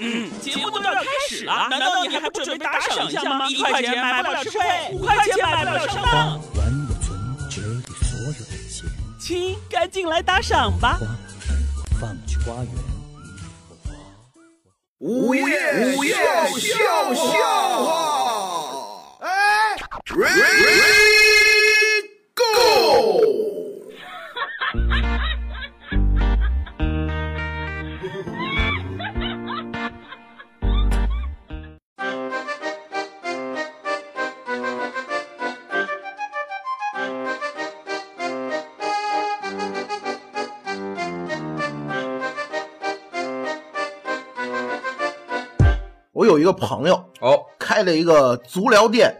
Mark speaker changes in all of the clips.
Speaker 1: 嗯，节目都要开始了，难道你还不准备打赏一下吗？一块钱买不了吃亏，五块钱买不了上当。
Speaker 2: 完我存折里所有的钱，
Speaker 1: 亲，赶紧来打赏吧！
Speaker 2: 花儿放去花园一朵花。
Speaker 3: 午夜午夜笑笑话，哎，Ready Go！
Speaker 4: 我有一个朋友
Speaker 5: 哦，
Speaker 4: 开了一个足疗店，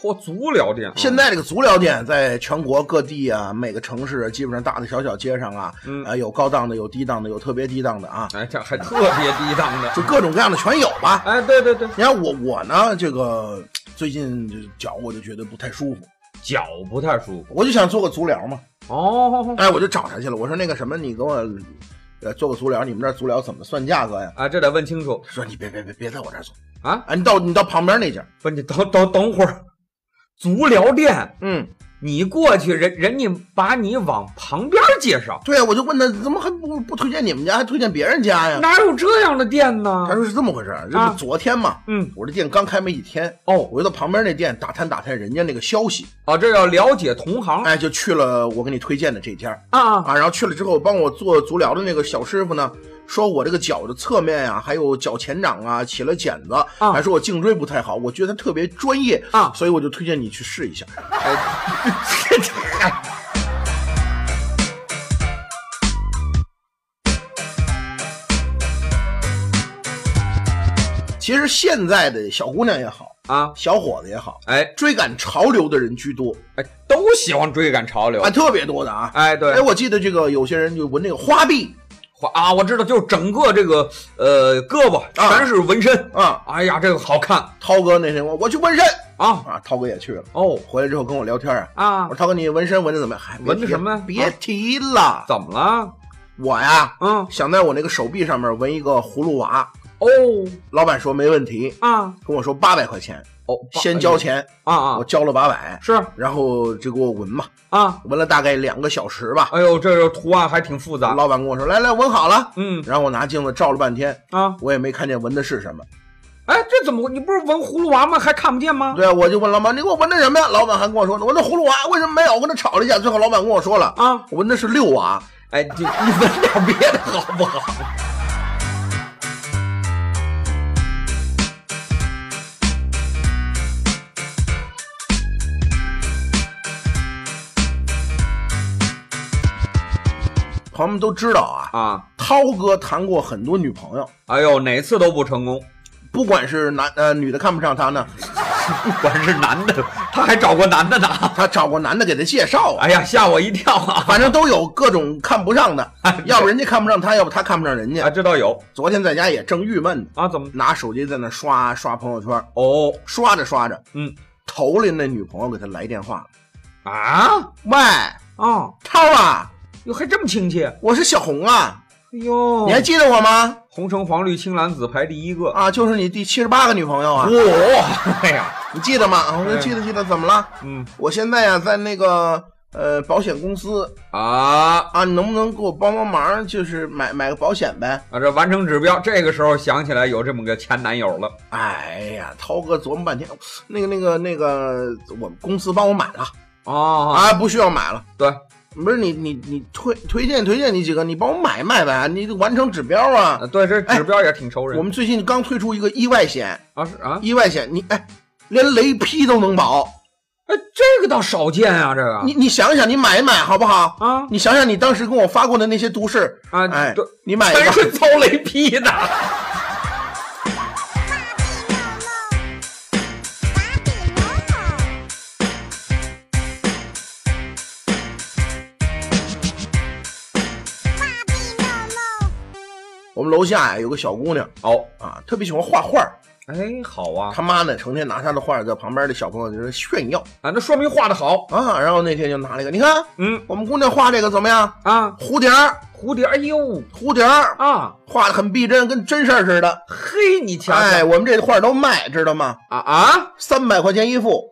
Speaker 5: 嚯，足疗店啊，
Speaker 4: 现在这个足疗店在全国各地啊，每个城市基本上大大小小街上啊，
Speaker 5: 嗯
Speaker 4: 啊有高档的，有低档的，有特别低档的啊，
Speaker 5: 哎，这还特别低档的，
Speaker 4: 就各种各样的全有吧。
Speaker 5: 哎，对对对，
Speaker 4: 你看我我呢，这个最近这脚我就觉得不太舒服，
Speaker 5: 脚不太舒服
Speaker 4: 我就想做个足疗嘛，
Speaker 5: 哦，
Speaker 4: 哎，我就找他去了，我说那个什么，你给我呃做个足疗，你们这儿足疗怎么算价格呀？
Speaker 5: 啊，这得问清楚
Speaker 4: 他说你别别别别在我这儿做
Speaker 5: 啊，
Speaker 4: 啊，你到你到旁边那家，
Speaker 5: 不是你等等等会儿，足疗店
Speaker 4: 嗯，
Speaker 5: 你过去，人人家把你往旁边介绍，
Speaker 4: 对啊，我就问他怎么还不不推荐你们家，还推荐别人家呀？
Speaker 5: 哪有这样的店呢
Speaker 4: 他？说是这么回事儿，这
Speaker 5: 啊
Speaker 4: 不昨天嘛，
Speaker 5: 嗯，
Speaker 4: 我这店刚开没几天，
Speaker 5: 哦，
Speaker 4: 我就到旁边那店打探打探人家那个消息，
Speaker 5: 啊，这要了解同行
Speaker 4: 哎，就去了我给你推荐的这家
Speaker 5: 啊，
Speaker 4: 啊。然后去了之后，帮我做足疗的那个小师傅呢，说我这个脚的侧面呀、还有脚前掌啊起了茧子，
Speaker 5: 啊
Speaker 4: 还说我颈椎不太好，我觉得他特别专业
Speaker 5: 啊
Speaker 4: 所以我就推荐你去试一下。哎其实现在的小姑娘也好，
Speaker 5: 啊，
Speaker 4: 小伙子也好，
Speaker 5: 哎
Speaker 4: 追赶潮流的人居多
Speaker 5: 哎，都喜欢追赶潮流
Speaker 4: 啊，，特别多的啊。
Speaker 5: 哎，对
Speaker 4: 哎，，我记得这个有些人就纹那个花臂
Speaker 5: 花啊，我知道，就是整个这个呃胳膊
Speaker 4: 啊
Speaker 5: 全是纹身，
Speaker 4: 啊，
Speaker 5: 哎呀，这个好看
Speaker 4: 涛哥那什么，我去纹身
Speaker 5: 啊，
Speaker 4: 啊，涛哥也去了，
Speaker 5: 哦
Speaker 4: 回来之后跟我聊天啊，
Speaker 5: 啊
Speaker 4: 我说，涛哥你纹身纹的怎么样？哎嗨别
Speaker 5: 纹的
Speaker 4: 提
Speaker 5: 什么呀
Speaker 4: 别
Speaker 5: 啊
Speaker 4: 提了，
Speaker 5: 怎么了？
Speaker 4: 我呀
Speaker 5: 嗯，
Speaker 4: 想在我那个手臂上面纹一个葫芦娃，
Speaker 5: 哦
Speaker 4: 老板说没问题，
Speaker 5: 啊，
Speaker 4: 跟我说八百块钱，
Speaker 5: 哦，八
Speaker 4: 先交钱，哦
Speaker 5: 啊
Speaker 4: 我
Speaker 5: 啊，
Speaker 4: 交了八百，
Speaker 5: 是
Speaker 4: 然后就给我纹嘛，
Speaker 5: 啊，
Speaker 4: 纹了大概两个小时吧，
Speaker 5: 哎呦，这个图案还挺复杂，
Speaker 4: 老板跟我说来来纹好了，
Speaker 5: 嗯
Speaker 4: 然后我拿镜子照了半天，
Speaker 5: 啊，
Speaker 4: 我也没看见纹的是什么。
Speaker 5: 哎，这怎么你不是纹葫芦娃吗？还看不见吗？
Speaker 4: 对，啊我就问老板，你给我纹的什么呀？老板还跟我说呢，我那葫芦娃为什么没有？我跟他吵了一架，最后老板跟我说了，
Speaker 5: 啊，
Speaker 4: 我纹的是六娃。
Speaker 5: 哎，就你纹点别的好不好？
Speaker 4: 朋友们都知道啊，
Speaker 5: 啊，
Speaker 4: 涛哥谈过很多女朋友，
Speaker 5: 哎呦，哪次都不成功，
Speaker 4: 不管是男呃女的看不上他呢，
Speaker 5: 不管是男的，他还找过男的呢。
Speaker 4: 他找过男的给他介绍啊，
Speaker 5: 哎呀，吓我一跳啊！
Speaker 4: 反正都有各种看不上的，
Speaker 5: 嗯
Speaker 4: 要不人家看不上他，要不他看不上人
Speaker 5: 啊，
Speaker 4: 家。
Speaker 5: 这倒有
Speaker 4: 昨天在家也正郁闷呢，
Speaker 5: 啊，怎么？
Speaker 4: 拿手机在那刷刷朋友圈，
Speaker 5: 哦
Speaker 4: 刷着刷着，
Speaker 5: 嗯，
Speaker 4: 头里那女朋友给他来电话了，
Speaker 5: 啊
Speaker 4: 喂，
Speaker 5: 啊，
Speaker 4: 涛啊，
Speaker 5: 哟，还这么亲切！
Speaker 4: 我是小红啊，
Speaker 5: 哎呦，
Speaker 4: 你还记得我吗？
Speaker 5: 红橙黄绿青蓝紫排第一个。
Speaker 4: 啊，就是你第七十八个女朋友啊，
Speaker 5: 哇，哎呀，
Speaker 4: 你记得吗？啊我说
Speaker 5: 嗯哎
Speaker 4: 记得记得，怎么了？
Speaker 5: 嗯
Speaker 4: 我现在呀、在那个呃保险公司
Speaker 5: 啊
Speaker 4: 啊，你能不能给我帮帮忙？就是买买个保险呗。
Speaker 5: 啊，这完成指标，这个时候想起来有这么个前男友了。
Speaker 4: 哎呀，涛哥琢磨半天，那个那个那个，我们公司帮我买了
Speaker 5: 哦，
Speaker 4: 啊，不需要买了。
Speaker 5: 对，
Speaker 4: 不是你你你推推荐推荐你几个，你帮我买卖呗，你完成指标啊
Speaker 5: 啊。对，这指标也挺愁人。
Speaker 4: 哎我们最近刚推出一个意外险，
Speaker 5: 啊是啊，
Speaker 4: 意外险你哎，连雷劈都能保。
Speaker 5: 哎，这个倒少见啊，这个
Speaker 4: 你你想想，你买一买好不好？
Speaker 5: 啊
Speaker 4: 你想想，你当时跟我发过的那些都市
Speaker 5: 啊
Speaker 4: 哎
Speaker 5: 对，
Speaker 4: 你买一
Speaker 5: 全
Speaker 4: 个
Speaker 5: 是遭雷劈的。
Speaker 4: 我们楼下呀有个小姑娘
Speaker 5: 哦，
Speaker 4: 啊，特别喜欢画画儿，
Speaker 5: 哎，好啊，
Speaker 4: 她妈呢成天拿她的画儿在旁边的小朋友就是炫耀
Speaker 5: 啊，那说明画的好。
Speaker 4: 啊。然后那天就拿了一个，你看
Speaker 5: 嗯
Speaker 4: 我们姑娘画这个怎么样？
Speaker 5: 啊，
Speaker 4: 蝴蝶儿
Speaker 5: 蝴蝶，哎呦
Speaker 4: 蝴蝶儿
Speaker 5: 啊，
Speaker 4: 画的很逼真，跟真事儿似的。
Speaker 5: 嘿，你瞧瞧、
Speaker 4: 哎，我们这画儿都卖，知道吗？
Speaker 5: 啊啊，
Speaker 4: 三百块钱一幅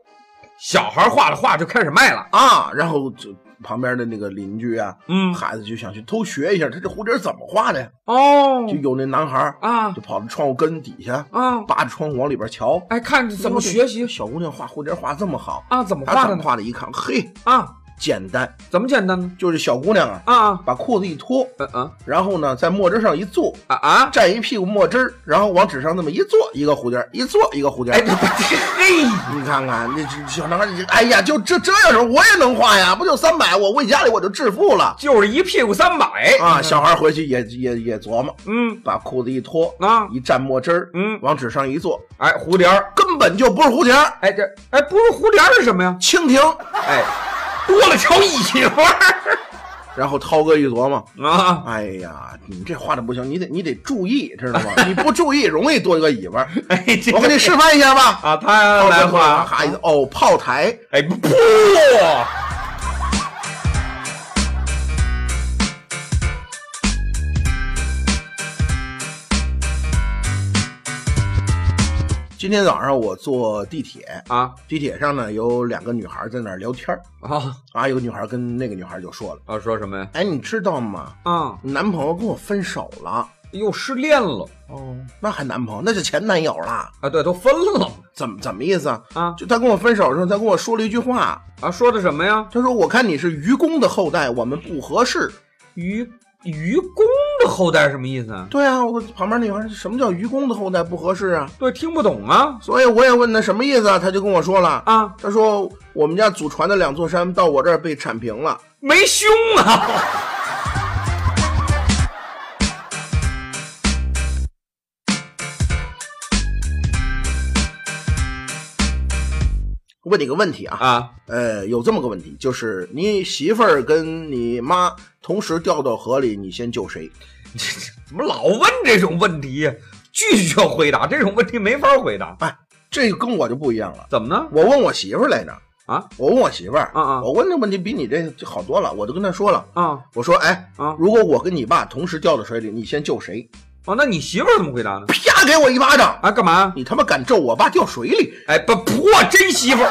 Speaker 5: 小孩画的画就开始卖了，
Speaker 4: 啊。然后就旁边的那个邻居啊，
Speaker 5: 嗯，
Speaker 4: 孩子就想去偷学一下，他这蝴蝶怎么画的呀？
Speaker 5: 哦
Speaker 4: 就有那男孩儿
Speaker 5: 啊
Speaker 4: 就跑到窗户根底下，
Speaker 5: 啊，
Speaker 4: 扒着窗户往里边瞧，
Speaker 5: 哎，看怎么学习
Speaker 4: 小姑娘画蝴蝶画这么好，
Speaker 5: 啊，怎么
Speaker 4: 她
Speaker 5: 画
Speaker 4: 怎
Speaker 5: 的
Speaker 4: 么
Speaker 5: 呢？
Speaker 4: 画的？一看，嘿，
Speaker 5: 啊，
Speaker 4: 简单，
Speaker 5: 怎么简单呢？
Speaker 4: 就是小姑娘啊，
Speaker 5: 啊啊，
Speaker 4: 把裤子一脱，
Speaker 5: 嗯嗯
Speaker 4: 然后呢，在墨汁上一坐，
Speaker 5: 啊啊，
Speaker 4: 蘸一屁股墨汁儿，然后往纸上那么一坐，一个蝴蝶，一坐一个蝴蝶。
Speaker 5: 哎，这 嘿，
Speaker 4: 你看看，那这小男孩，你哎呀，就这这要是我也能画呀，不就三百？我回家里我就致富了
Speaker 5: 就是一屁股三百
Speaker 4: 啊！小孩回去也也也琢磨，
Speaker 5: 嗯
Speaker 4: 把裤子一脱，
Speaker 5: 啊，
Speaker 4: 一蘸墨汁儿，
Speaker 5: 嗯
Speaker 4: 往纸上一坐，
Speaker 5: 哎，蝴蝶儿，
Speaker 4: 根本就不是蝴蝶，
Speaker 5: 哎这，哎不是蝴蝶儿是什么呀？
Speaker 4: 蜻蜓。
Speaker 5: 哎，多了瞧一会儿
Speaker 4: 然后涛哥一琢磨，
Speaker 5: 啊，
Speaker 4: 哎呀，你这画的不行，你得你得注意，知道吗？你不注意容易多一个尾巴。
Speaker 5: 哎，这
Speaker 4: 我给你示范一下吧。
Speaker 5: 啊，他来画，
Speaker 4: 哈一次哦，炮台，
Speaker 5: 哎不不，
Speaker 4: 今天早上我坐地铁，
Speaker 5: 啊
Speaker 4: 地铁上呢有两个女孩在那儿聊天儿
Speaker 5: 啊
Speaker 4: 啊，有个女孩跟那个女孩就说了
Speaker 5: 啊，说什么呀？：“
Speaker 4: 哎，你知道吗？
Speaker 5: 啊，
Speaker 4: 男朋友跟我分手了。
Speaker 5: 又失恋了”
Speaker 4: 哦，那还男朋友，那是前男友啦。
Speaker 5: 啊，对，都分了
Speaker 4: 怎么怎么意思啊？
Speaker 5: 啊
Speaker 4: 就他跟我分手的时候，他跟我说了一句话，
Speaker 5: 啊，说的什么呀？
Speaker 4: 他说：“我看你是愚公的后代，我们不合适。
Speaker 5: 愚愚公的后代是什么意思啊”？
Speaker 4: 对啊，我旁边那女孩说什么叫愚公的后代不合适啊？
Speaker 5: 对，听不懂啊
Speaker 4: 所以我也问他什么意思啊，他就跟我说了
Speaker 5: 啊，
Speaker 4: 他说我们家祖传的两座山到我这儿被铲平了。
Speaker 5: 没胸啊！
Speaker 4: 问你个问题啊，
Speaker 5: 啊，
Speaker 4: 呃，有这么个问题，就是你媳妇儿跟你妈同时掉到河里，你先救谁？
Speaker 5: 怎么老问这种问题？拒绝回答这种问题没法回答，
Speaker 4: 哎这个跟我就不一样了。
Speaker 5: 怎么呢？
Speaker 4: 我问我媳妇儿来着，
Speaker 5: 啊，
Speaker 4: 我问我媳妇儿，
Speaker 5: 啊啊
Speaker 4: 我问这问题比你这就好多了，我就跟她说了，
Speaker 5: 啊
Speaker 4: 我说，哎，
Speaker 5: 啊
Speaker 4: 如果我跟你爸同时掉到水里，你先救谁？
Speaker 5: 哦，那你媳妇儿怎么回答呢？
Speaker 4: 啪，给我一巴掌！
Speaker 5: 啊，干嘛？
Speaker 4: 你他妈敢咒我爸掉水里？
Speaker 5: 哎，不破真媳妇儿。